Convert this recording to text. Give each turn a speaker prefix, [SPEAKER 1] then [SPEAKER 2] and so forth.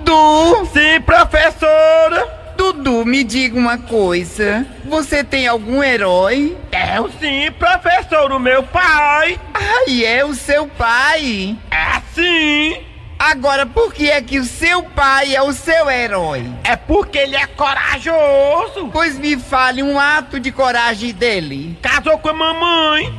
[SPEAKER 1] Dudu!
[SPEAKER 2] Sim, professora!
[SPEAKER 1] Dudu, me diga uma coisa. Você tem algum herói?
[SPEAKER 2] Eu É sim, professor, o meu pai!
[SPEAKER 1] Ai, é o seu pai?
[SPEAKER 2] É sim!
[SPEAKER 1] Agora, por que é que o seu pai é o seu herói?
[SPEAKER 2] É porque ele é corajoso!
[SPEAKER 1] Pois me fale um ato de coragem dele.
[SPEAKER 2] Casou com a mamãe!